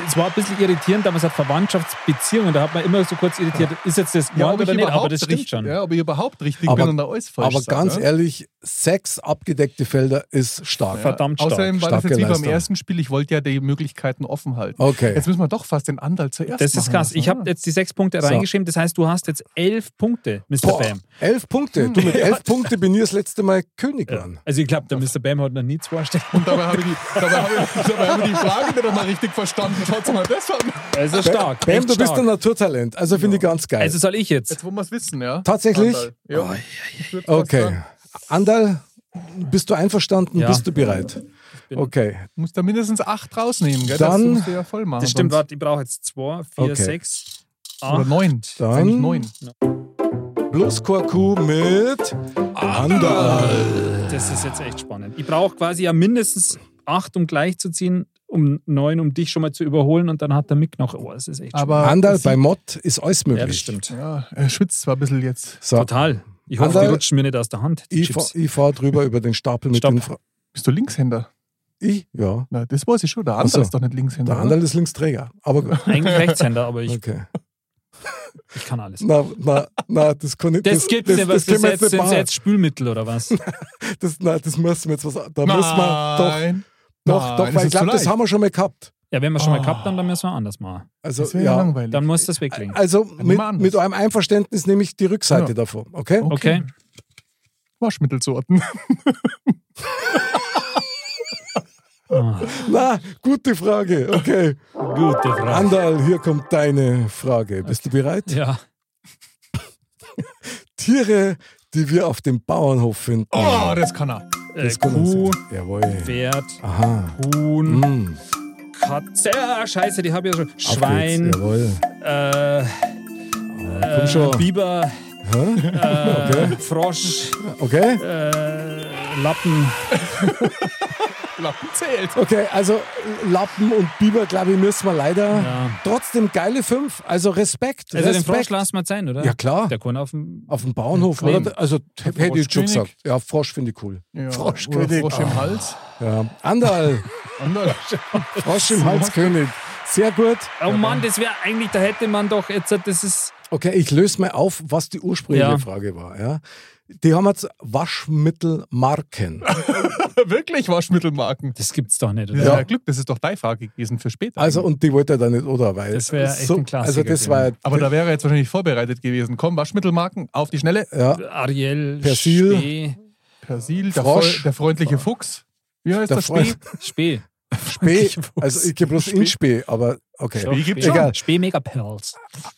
es war ein bisschen irritierend, damals hat Verwandtschaftsbeziehungen, da hat man immer so kurz irritiert, ist jetzt das Wort Ja, ob ich oder nicht, überhaupt aber das stimmt richtig, schon. Ja, ob ich überhaupt richtig Aber- bin und da alles falsch aber sag, ganz ja? ehrlich, sechs abgedeckte Felder ist stark. Verdammt stark. Außerdem war das Starke jetzt wie beim Leistung. ersten Spiel. Ich wollte ja die Möglichkeiten offen halten. Okay. Jetzt müssen wir doch fast den Andal zuerst das ist machen krass. lassen, Ich habe oder? jetzt die sechs Punkte reingeschrieben, das heißt, du hast jetzt elf Punkte, Mr. Boah, Bam. elf Punkte. Du mit elf Punkte bin ich das letzte Mal König geworden. Also ich glaube, der Mr. Bam hat noch nie zwei Stellen. Und dabei habe ich, die- dabei habe ich, dabei habe ich die Frage nicht mal richtig verstanden. Schaut mal das an. Es ist Also stark. Bam, echt du bist stark. ein Naturtalent. Also finde ich ganz geil. Also soll ich jetzt? Jetzt wollen wir es wissen, ja? Tatsächlich? Andal, Ja. Ich würd fast Okay. sagen, Andal, bist du einverstanden? Ja. Bist du bereit? Okay. Du musst da mindestens acht rausnehmen, gell? Dann- das musst du ja voll machen. Das stimmt, sonst- warte, ich brauche jetzt zwei, vier, Okay. sechs, Oder acht. neun. Dann- Eigentlich neun. Bloß Korku mit Andal. Das ist jetzt echt spannend. Ich brauche quasi ja mindestens acht, um gleichzuziehen. um neun, um dich schon mal zu überholen und dann hat der Mick noch, oh, das ist echt Aber Anderl sie- bei Mod ist alles möglich. schwierig. Ja, das stimmt. Ja, er schwitzt zwar ein bisschen jetzt. So, Total. Ich hoffe, Anderl- die rutschen mir nicht aus der Hand, die Also, ich Chips. fahre drüber über den Stapel mit Stopp. den Fra Bist du Linkshänder? Ich? Ja. Na, das weiß ich schon. Der andere Ach so. ist doch nicht Linkshänder. Der Anderl ist Linksträger. Aber gut. Eigentlich Rechtshänder, aber Mhm. ich, Okay. ich kann alles. Na, na, na, das kann ich Das gibt's das, nicht, das, was können das wir jetzt, jetzt sind nicht jetzt Spülmittel oder was? machen. Das, na, das müssen wir jetzt was. Da müssen wir. Nein. Doch, doch, Nein, doch das weil ich ist zu glaube, das leicht. haben wir schon mal gehabt. Ja, wenn wir schon mal Ah. gehabt haben, dann müssen wir anders machen. Also, Das wäre ja ja. langweilig. Dann muss das weglegen. Also nehmen mit, wir anders. mit eurem Einverständnis nehme ich die Rückseite Ja. Oh. davon, okay? Okay. Waschmittelsorten. Ah, Na, gute Frage. Okay. gute Frage. Andal, hier kommt deine Frage. Bist du bereit? Ja. Tiere, die wir auf dem Bauernhof finden. Oh, das kann er. Äh, kann man sehen. Kuh, Jawohl. Pferd, Aha. Huhn, Mm, auf Katze. Ah, scheiße, die habe ich ja schon. geht's. Schwein, Jawohl. äh, Komm äh, schon. Biber, Hä? äh, Frosch, Okay? äh, Lappen. Lappen zählt. Okay, also Lappen und Biber, glaube ich, müssen wir leider. Ja. Trotzdem geile fünf. Also Respekt. Also den Respekt. Frosch lassen wir jetzt sein, oder? Ja, klar. Der kann auf dem. Auf dem Bauernhof, Nein. oder? Also hätte ich schon Froschkönig. gesagt. Ja, Frosch finde ich cool. Ja. Froschkönig. Oder Frosch im Hals. Ja. Andal, Anderl. Frosch im Halskönig. Sehr gut. Oh Mann, das wäre eigentlich, da hätte man doch jetzt, das ist. Okay, ich löse mal auf, was die ursprüngliche Ja. Frage war. Ja. Die haben jetzt Waschmittelmarken. Wirklich Waschmittelmarken. Das gibt's doch nicht, Das oder? ist Ja. ja Glück, das ist doch deine Frage gewesen für später. Also, und die wollte er da nicht, oder? Weil Das wär echt ein Klassiker Also, das war Aber da wäre er jetzt wahrscheinlich vorbereitet gewesen. Komm, Waschmittelmarken, auf die Schnelle. ja, Ariel, Persil. Spee. Persil, der, Frosch. Fol- der freundliche Fuchs. Wie heißt Der der Spee? Freund- Spee. Spee. Also, ich gebe bloß in Spee, aber Doch, okay. Spee gibt's schon. Egal. Spee Mega Pearls.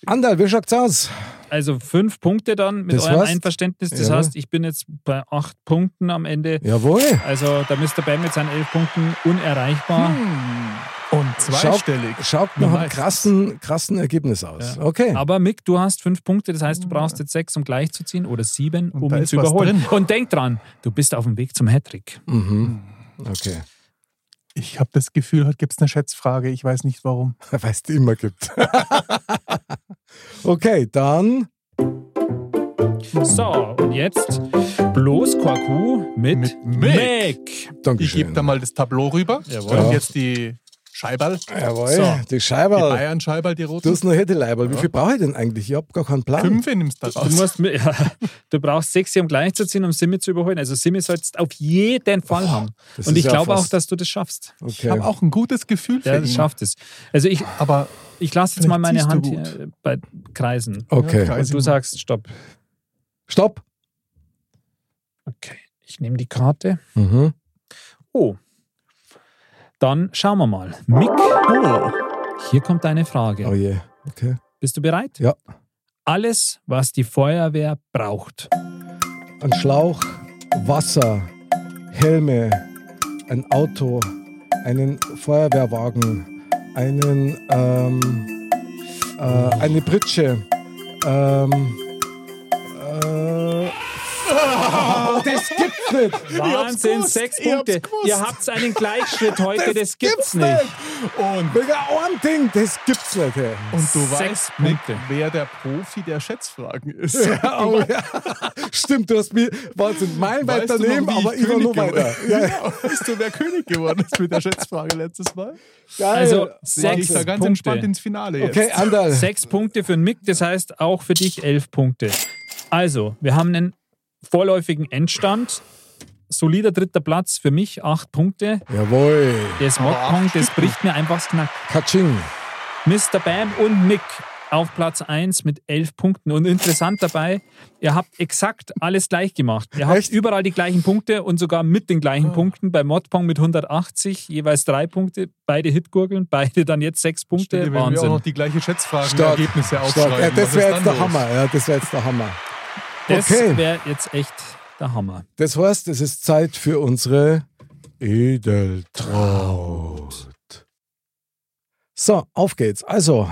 Andal, wie schaut's aus? Also fünf Punkte dann mit Das eurem heißt- Einverständnis. Das Ja. heißt, ich bin jetzt bei acht Punkten am Ende. Jawohl. Also da müsst ihr bei mit seinen elf Punkten unerreichbar. Hm. Und zweistellig. Schaut nach einem Meistens. krassen, krassen Ergebnis aus. Okay. Aber Mick, du hast fünf Punkte, das heißt, du brauchst jetzt sechs, um gleichzuziehen oder sieben, um da ihn ist zu was überholen. drin. Und denk dran, du bist auf dem Weg zum Hattrick. Mhm. Okay. Ich habe das Gefühl, heute gibt es eine Schätzfrage. Ich weiß nicht warum. Weil es die immer gibt. okay, dann. So, und jetzt bloß Quaku mit, Mit Mick. Mick. Ich Dankeschön. gebe da mal das Tableau rüber. Jawohl. Und jetzt die Scheiberl. Jawohl. So. Die Die Scheibe. Bayern-Scheiberl, die roten. Du hast noch hier die Leiberl. Wie viel brauche ich denn eigentlich? Ich habe gar keinen Plan. Fünfe nimmst du Du, raus. musst, mi- ja, du brauchst sechs, um gleichzuziehen, um Simi zu überholen. Also Simi sollst auf jeden Fall haben. das Und ist ich ja glaube auch, fast- dass du das schaffst. Ich habe Okay. auch ein gutes Gefühl für Der ihn. schafft es. Also ich, Aber ich lasse jetzt mal Vielleicht meine ziehst du Hand gut. Oh, hier äh, bei Kreisen. Okay. Ja, Und du sagst, stopp. Stopp. Okay, ich nehme die Karte. Mhm. Oh. Dann schauen wir mal. Mick, oh, hier kommt deine Frage. Oh je. Okay. Bist du bereit? Ja. Alles, was die Feuerwehr braucht. Ein Schlauch, Wasser, Helme, ein Auto, einen Feuerwehrwagen, einen, ähm, äh, eine Pritsche. Ähm, äh, das gibt's nicht. Wahnsinn, gewusst, sechs ich hab's Punkte. gewusst. Ihr habt einen Gleichschritt heute, das, gibt's nicht. Und, Wegen einem Ding, das gibt's nicht. Hey. und du Sechs weißt nicht, Punkte. wer der Profi der Schätzfragen ist. Oh, ja. Stimmt, du hast mir, Wahnsinn, mein Weißt weiter du noch, daneben, wie aber ich war König noch weiter. geworden- Ja, Genau. Weißt du, wer König geworden ist mit der Schätzfrage letztes Mal? geil. Also, Sag sechs ich da ganz Punkte. entspannt ins Finale jetzt. okay, Andal. Sechs Punkte für den Mick, das heißt auch für dich elf Punkte. Also, wir haben einen vorläufigen Endstand. Solider dritter Platz für mich, acht Punkte. Jawohl. Das Mokpong, das bricht mir einfach das Knack. Katsching. Mr. Bam und Mick auf Platz 1 mit elf Punkten. Und interessant dabei, ihr habt exakt alles gleich gemacht. Ihr habt Echt? überall die gleichen Punkte und sogar mit den gleichen Punkten. Bei Modpong mit 180, jeweils drei Punkte, beide Hitgurgeln, beide dann jetzt sechs Punkte. Wenn wir auch Wahnsinn. noch die gleichen Stark. Schätzfragen-Ergebnisse aufschreiben. Stark. Ja, was das ist wäre dann jetzt der los? Hammer. Ja, das wäre jetzt der Hammer. Das Okay. wäre jetzt echt der Hammer. Das heißt, es ist Zeit für unsere Edeltraut. So, auf geht's. Also,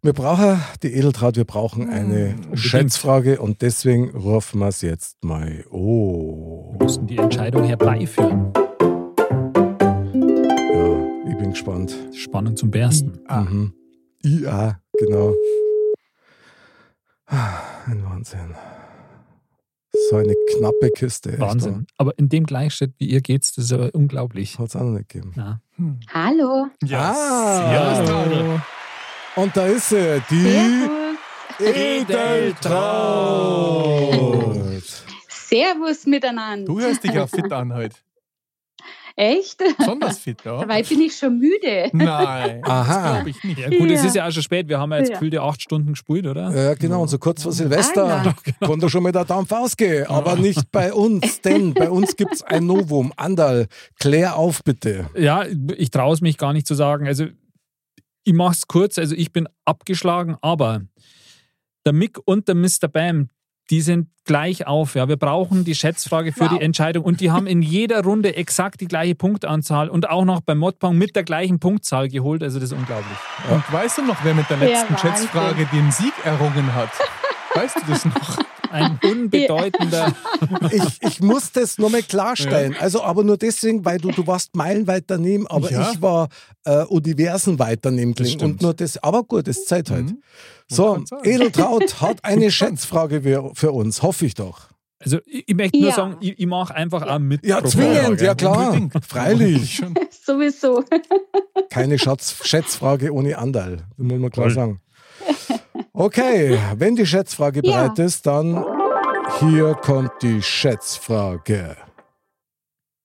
wir brauchen die Edeltraut, wir Hm, brauchen eine Schätzfrage und deswegen rufen wir es jetzt mal. Oh. Wir müssen die Entscheidung herbeiführen. Ja, ich bin gespannt. Spannend zum Bersten. Mhm. IA, genau. Ah, Ein Wahnsinn. So eine knappe Kiste. echt, Wahnsinn. Aber in dem Gleichschritt wie ihr geht's, das ist ja unglaublich. oder? Hat's auch noch nicht gegeben. Na. Hallo. Ja, Ah. Tadel. Und da ist sie, die Servus. Edeltraut. Servus miteinander. Du hörst dich ja fit an heute. Echt? Besonders fit, ja? Dabei bin ich schon müde. Nein, das Aha. glaube ich nicht. Ja, gut, es Ja. ist ja auch schon spät. Wir haben ja jetzt Ja. gefühlte acht Stunden gespielt, oder? Ja, genau, und so kurz vor Silvester Ah, ja. konnte schon mit der Dampf ausgehen. Aber nicht bei uns, denn bei uns gibt es ein Novum. Andal, klär auf bitte. Ja, ich traue es mich gar nicht zu sagen. Also, ich mache es kurz. Also, ich bin abgeschlagen, aber der Mick und der Mr. Bam, die sind gleich auf. Ja, wir brauchen die Schätzfrage für Wow. die Entscheidung und die haben in jeder Runde exakt die gleiche Punktanzahl und auch noch beim Modpong mit der gleichen Punktzahl geholt. Also, das ist unglaublich. Und weißt du noch, wer mit der Ja, letzten Wahnsinn. Schätzfrage den Sieg errungen hat? Weißt du das noch? Ein unbedeutender. Ich, ich muss das nochmal klarstellen. Also, aber nur deswegen, weil du, du warst meilenweit daneben, aber Ja. ich war äh, Universen weit daneben. Das gelegen. Und stimmt. nur das, aber gut, es ist Zeit halt. So, kann's sagen. Edeltraut hat eine Schätzfrage für- für uns, hoffe ich doch. Also, ich, ich möchte nur Ja. sagen, ich, ich mache einfach auch mit. Ja, pro zwingend, Vorlage. ja klar. Unbedingt. Freilich. Schon. Sowieso. Keine Schatz Schätzfrage ohne Andal. Das muss man klar sagen. Okay, wenn die Schätzfrage Ja. bereit ist, dann hier kommt die Schätzfrage.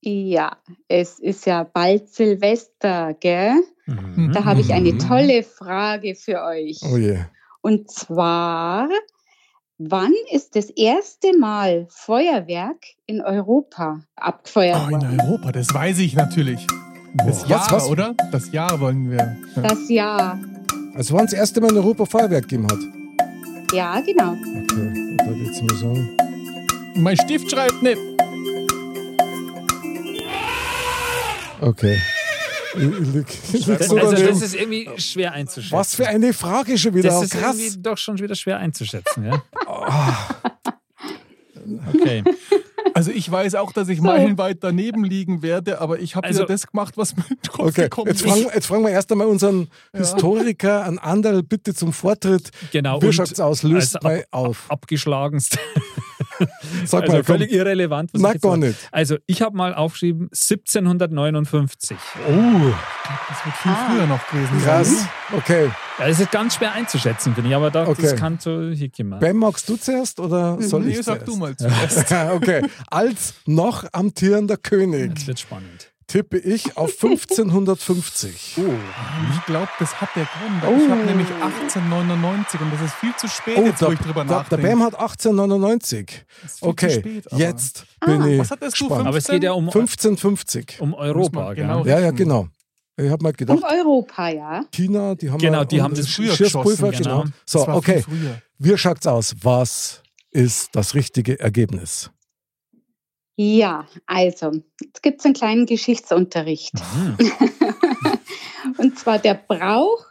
Ja, es ist ja bald Silvester, gell? Mhm. Da habe ich eine Mhm. tolle Frage für euch. Oh je. Und zwar, wann ist das erste Mal Feuerwerk in Europa Oh, abgefeuert in worden? Europa, das weiß ich natürlich. Das Was, Jahr, was? oder? Das Jahr wollen wir. Das Jahr. Also wann das erste Mal in Europa Feuerwerk gegeben hat. Ja, genau. Okay, da jetzt mal sagen. Mein Stift schreibt nicht. Okay. Ich- ich lieg- ich lieg so also, das daneben. ist irgendwie schwer einzuschätzen. Was für eine Frage schon wieder. Oh, Das ist Krass. Ah. irgendwie doch schon wieder schwer einzuschätzen, ja? Okay. Also ich weiß auch, dass ich meilenweit daneben liegen werde, aber ich habe Also- wieder das gemacht, was mir in den Kopf Okay, gekommen jetzt ist. fragen, jetzt fragen wir erst einmal unseren Ja. Historiker, an Andal bitte zum Vortritt. Genau. Wie und schaut's aus? Löst also ab- mal auf. Abgeschlagenst. Sag mal, Also komm. völlig irrelevant. was ich Na, jetzt gar sag. nicht. Also, ich habe mal aufgeschrieben 1759. Oh, das wird viel Ah. früher noch gewesen Krass. sein. Mhm. Okay. Ja, Das ist ganz schwer einzuschätzen, finde ich, aber da, das Okay. kann so hier gehen. Ben, magst du zuerst Mhm. oder soll ich Nee, zuerst? sag du mal zuerst. okay. Als noch amtierender Das König wird spannend. tippe ich auf 1550. Ich glaube, das hat der Grund. weil Oh. Ich habe nämlich 1899 und das ist viel zu spät, Oh, jetzt, wo ich drüber der, der nachdenke. Bam hat 1899. Das ist viel zu Okay, spät, aber- Ah, jetzt bin ich Was hattest du? gespannt. Aber es geht ja um, 1550. um Muss Europa, man genau. genau- Ja, ja, genau. Ich habe mal Um gedacht, Europa, ja. China, die haben Genau, ja- die haben und das früher Schießpulver, geschossen, genau. genau. So, Das war viel okay. früher. Wie schaut's aus? Was ist das richtige Ergebnis? Ja, also, jetzt gibt es einen kleinen Geschichtsunterricht. Mhm. Und zwar der Brauch,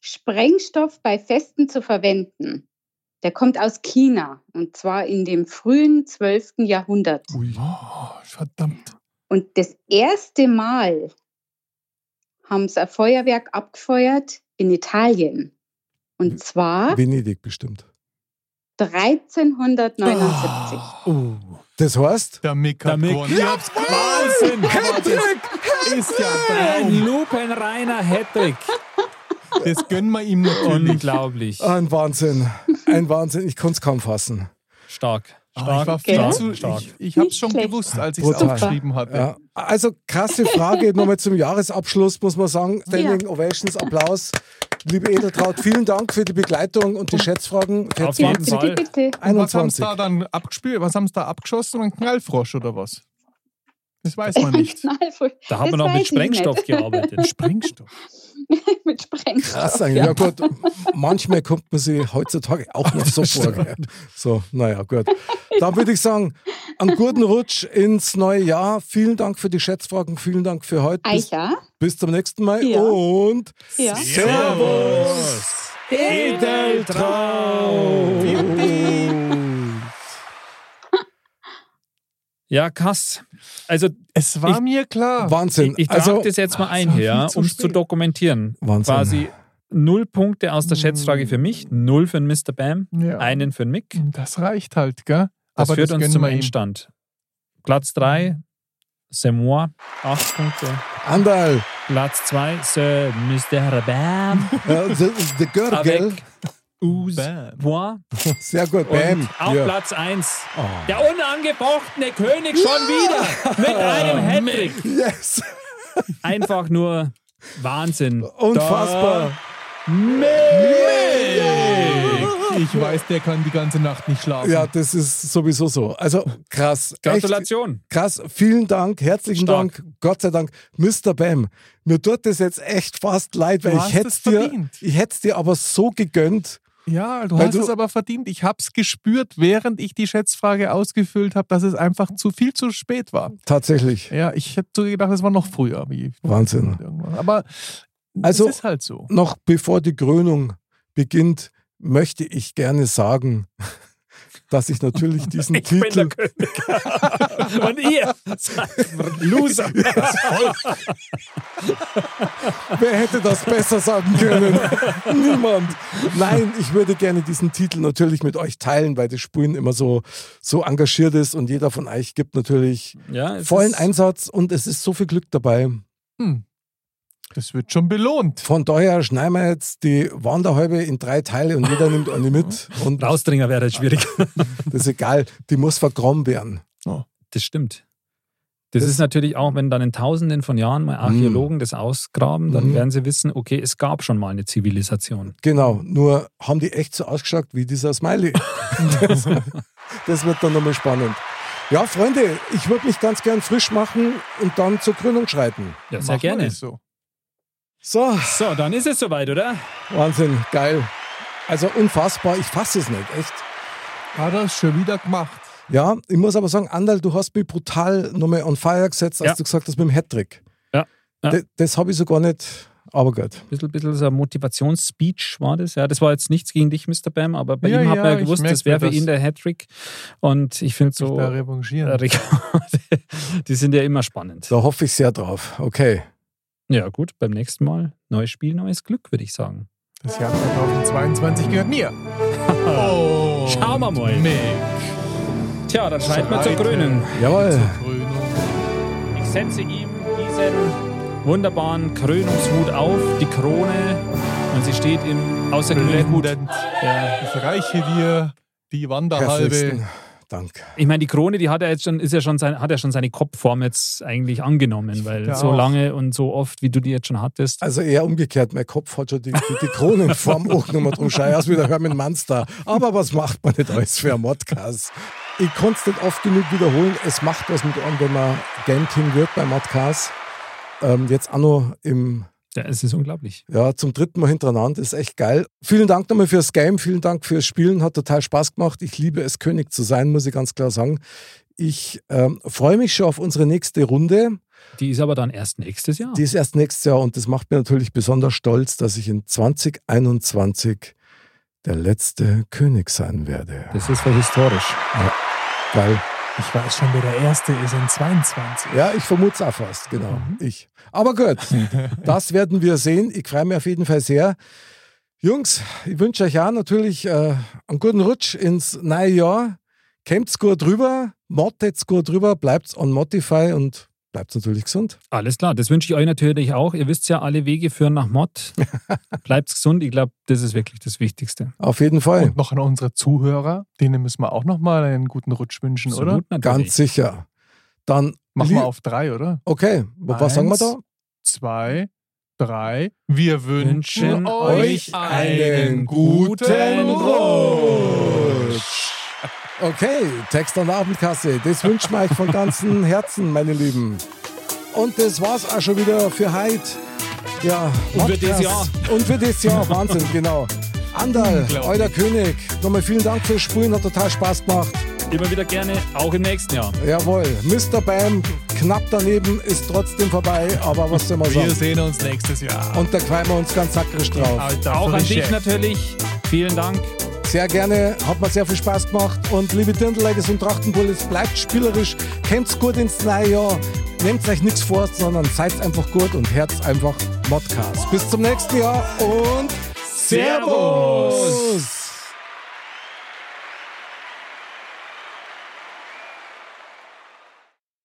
Sprengstoff bei Festen zu verwenden. Der kommt aus China und zwar in dem frühen 12. Jahrhundert. Ui. Oh, verdammt. Und das erste Mal haben sie ein Feuerwerk abgefeuert in Italien. Und zwar Venedig bestimmt. 1379. Oh. Das heißt, Der Mick hat Der Mick. gewonnen. Ja, Wahnsinn. Das ist ja Ein ein lupenreiner Hattrick. Traum. Das gönnen wir ihm natürlich. Unglaublich. Ah. ein Wahnsinn. Ein Wahnsinn. Ich konnte es kaum fassen. Stark. Aber Ah, Stark. ich war viel Gell? zu, stark. stark. ich, ich habe Nicht schon schlecht. gewusst, als ich es Brutal. aufgeschrieben hatte. Ja. Also krasse Frage, nochmal zum Jahresabschluss muss man sagen. Standing Ovations, Applaus. Liebe Edeltraut, vielen Dank für die Begleitung und die Schätzfragen. Auf Ja, jeden Schätzfragen bitte, Fall. bitte. Und Was haben sie 21. da dann abgespielt? Was haben sie da abgeschossen? Ein Knallfrosch oder was? Das weiß man nicht. Knallvoll. Da haben wir Das noch weiß mit ich nicht. Sprengstoff gearbeitet. Sprengstoff. mit Sprengstoff. Krass eigentlich. Ja gut, manchmal kommt man sie heutzutage auch noch so vor. gell? So, naja, gut. Dann würde ich sagen, einen guten Rutsch ins neue Jahr. Vielen Dank für die Schätzfragen, vielen Dank für heute. Bis, Eicher. bis zum nächsten Mal Ja. und Ja. Servus! Edeltraut! Ja, krass. Also Es war Ich- mir klar. Wahnsinn. ich trage also, das jetzt mal ein war hier, ja, ah, viel zu um es spät. zu dokumentieren. Wahnsinn. Quasi null Punkte aus der Schätzfrage für mich, null für den Mr. Bam, Mm. Ja. einen für den Mick. Das reicht halt, gell? Das führt uns gönnen zum wir ihm. Endstand. Platz 3, C'est moi, 8 Punkte. Andal, Platz 2, Sir Mr. Bam, äh, the, the Girl, gell? avec Ouse Bam. moi. Sehr gut, Und Bam. auf Ja. Platz 1, Oh. der unangefochtene König schon wieder mit einem Hattrick. Yes, Einfach nur Wahnsinn. unfassbar. Ich weiß, der kann die ganze Nacht nicht schlafen. Ja, das ist sowieso so. Also krass. Da, echt Gratulation. Krass, vielen Dank, herzlichen Stark. Dank, Gott sei Dank, Mr. Bam. Mir tut das jetzt echt fast leid, weil Du ich hast hätte es dir, verdient. ich hätt's dir aber so gegönnt. Ja, du Weil hast du- es aber verdient. Ich habe es gespürt, während ich die Schätzfrage ausgefüllt habe, dass es einfach zu viel zu spät war. Tatsächlich. Ja, ich hätte so gedacht, es war noch früher. Wie Wahnsinn. irgendwann. Aber Also- es ist halt so. Noch bevor die Krönung beginnt, möchte ich gerne sagen, dass ich natürlich diesen Ich bin der Titel. König. Und ihr seid Loser. Wer hätte das besser sagen können? Niemand. Nein, ich würde gerne diesen Titel natürlich mit euch teilen, weil das Spulen immer so, so engagiert ist und jeder von euch gibt natürlich Ja, es vollen ist- Einsatz und es ist so viel Glück dabei. Das wird schon belohnt. Von daher schneiden wir jetzt die Wanderhäube in drei Teile und jeder nimmt eine mit. Und das Rausdringer wäre schwierig. ist egal, die muss vergraben werden. Das stimmt. Das, ist natürlich auch, wenn dann in tausenden von Jahren mal Archäologen das ausgraben, dann Mhm. werden sie wissen, okay, es gab schon mal eine Zivilisation. Genau, nur haben die echt so ausgeschaut wie dieser Smiley. das, das wird dann nochmal spannend. Ja, Freunde, ich würde mich ganz gern frisch machen und dann zur Krönung schreiten. Ja, Machen sehr wir gerne. das So. So, So, dann ist es soweit, oder? Wahnsinn, geil. Also unfassbar, ich fasse es nicht, echt. Hat er schon wieder gemacht. Ja, ich muss aber sagen, Andal, du hast mich brutal nochmal on fire gesetzt, als Ja. du gesagt hast mit dem Hattrick. Ja, ja. Das, das habe ich so gar nicht, aber gut. Bisschen, bisschen so ein Motivationsspeech war das. Ja, das war jetzt nichts gegen dich, Mr. Bam, aber bei Ja, ihm hat ja, man ja ich gewusst, merk das wäre mir für ihn das. der Hattrick. Und ich finde so, Äh, Da revanchieren. Rekorde, die sind ja immer spannend. Da hoffe ich sehr drauf. Okay. Ja, gut, beim nächsten Mal neues Spiel, neues Glück, würde ich sagen. Das Jahr 2022 gehört mir. Oh. Schauen wir mal. Tja, dann schreiten wir zur Schreiten. Grünen. Jawohl. Ich setze ihm diesen wunderbaren Krönungshut auf, die Krone, und sie steht im außergewöhnlichen Hut. Ja. Ich reiche dir die Wanderhalbe. Herzlichen Dank. Ich meine, die Krone, die hat er jetzt schon, ist ja schon sein, hat er schon seine Kopfform jetzt eigentlich angenommen, weil finde so auch. lange und so oft, wie du die jetzt schon hattest. Also eher umgekehrt, mein Kopf hat schon die, die, die Kronenform angenommen, drum schei aus wie der Hermann Munster. Aber was macht man nicht alles für einen Modcast? Ich konnte es nicht oft genug wiederholen, es macht was mit einem, wenn man Game Team wird bei Modcast. Ähm, jetzt auch noch im Ja, es ist unglaublich. Ja, zum dritten Mal hintereinander, ist echt geil. Vielen Dank nochmal fürs Game, vielen Dank fürs Spielen, hat total Spaß gemacht. Ich liebe es, König zu sein, muss ich ganz klar sagen. Ich ähm, freue mich schon auf unsere nächste Runde. Die ist aber dann erst nächstes Jahr. Die ist erst nächstes Jahr und das macht mir natürlich besonders stolz, dass ich in 2021 der letzte König sein werde. das ist voll historisch. Geil. Ich weiß schon, wer der Erste ist in 22. Ja, ich vermute es auch fast, genau. Mhm. Ich. Aber gut, das werden wir sehen. Ich freue mich auf jeden Fall sehr. Jungs, ich wünsche euch ja natürlich äh, einen guten Rutsch ins neue Jahr. Kämmt's gut rüber, mottet's gut rüber, bleibt's on Motify und bleibt's natürlich gesund. Alles klar, das wünsche ich euch natürlich auch. Ihr wisst ja, alle Wege führen nach Mod. Bleibt gesund, ich glaube, das ist wirklich das Wichtigste. Auf jeden Fall. Und noch an unsere Zuhörer, denen müssen wir auch nochmal einen guten Rutsch wünschen, So oder? gut natürlich. Ganz sicher. Dann Machen lie- wir auf drei, oder? Okay, was sagen wir Eins. da? Zwei, drei. Wir wünschen, Wünschen euch einen guten Rutsch. Okay, Text an der Abendkasse. Das wünscht mir euch von ganzem Herzen, meine Lieben. Und das war's auch schon wieder für heute. Ja, Und für Podcast. dieses Jahr. Und für das Jahr, Wahnsinn, genau. Andal, euer König, nochmal vielen Dank fürs Spulen, hat total Spaß gemacht. Immer wieder gerne, auch im nächsten Jahr. Jawohl, Mr. Bam, knapp daneben, ist trotzdem vorbei, aber was soll man Wir sagen? sehen uns nächstes Jahr. Und da quälen wir uns ganz sackrisch drauf. Alter, Auch an frische. dich natürlich. Vielen Dank. Sehr gerne, hat mir sehr viel Spaß gemacht. Und liebe Dirndl-Ladies und Trachtenbullis, bleibt spielerisch, kommt's gut ins neue Jahr, nehmt euch nichts vor, sondern seid einfach gut und herz einfach Modcast. Bis zum nächsten Jahr und Servus!